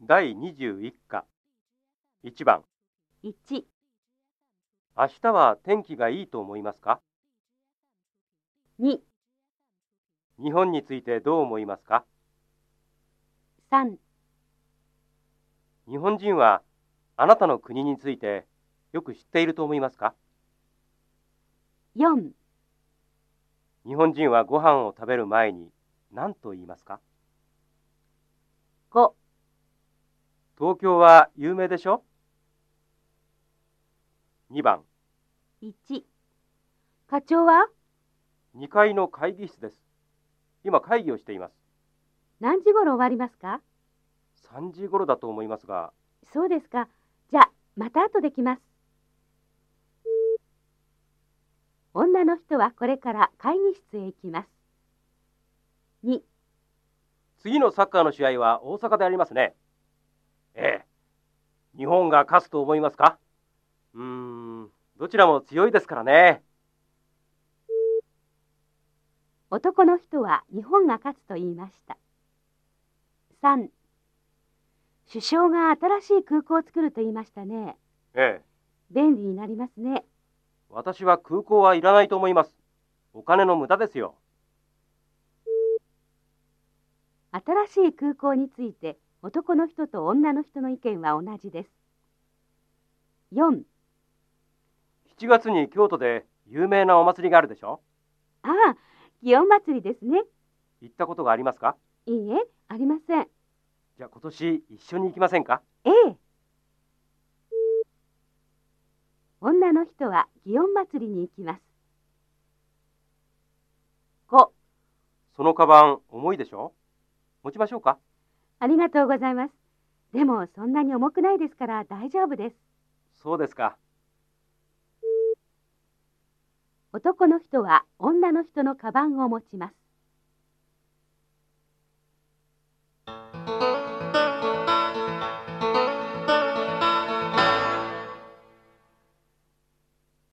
第21課1番1明日は天気がいいと思いますか2日本についてどう思いますか3日本人はあなたの国についてよく知っていると思いますか4日本人はご飯を食べる前に何と言いますか5東京は有名でしょ ?2 番1課長は2階の会議室です。今会議をしています。何時頃終わりますか3時頃だと思いますが、そうですかじゃあまた後で来ます女の人はこれから会議室へ行きます2次のサッカーの試合は大阪でありますね。ええ。日本が勝つと思いますかうーん、どちらも強いですからね。男の人は日本が勝つと言いました3首相が新しい空港を作ると言いましたねええ。便利になりますね私は空港はいらないと思います。お金の無駄ですよ。新しい空港について男の人と女の人の意見は同じです。4. 7月に京都で有名なお祭りがあるでしょああ、祇園祭りですね。行ったことがありますかいいえ、ありません。じゃあ今年一緒に行きませんかええ。女の人は祇園祭りに行きます。5. そのカバン重いでしょ持ちましょうかありがとうございます。でもそんなに重くないですから大丈夫です。そうですか。男の人は女の人のカバンを持ちます。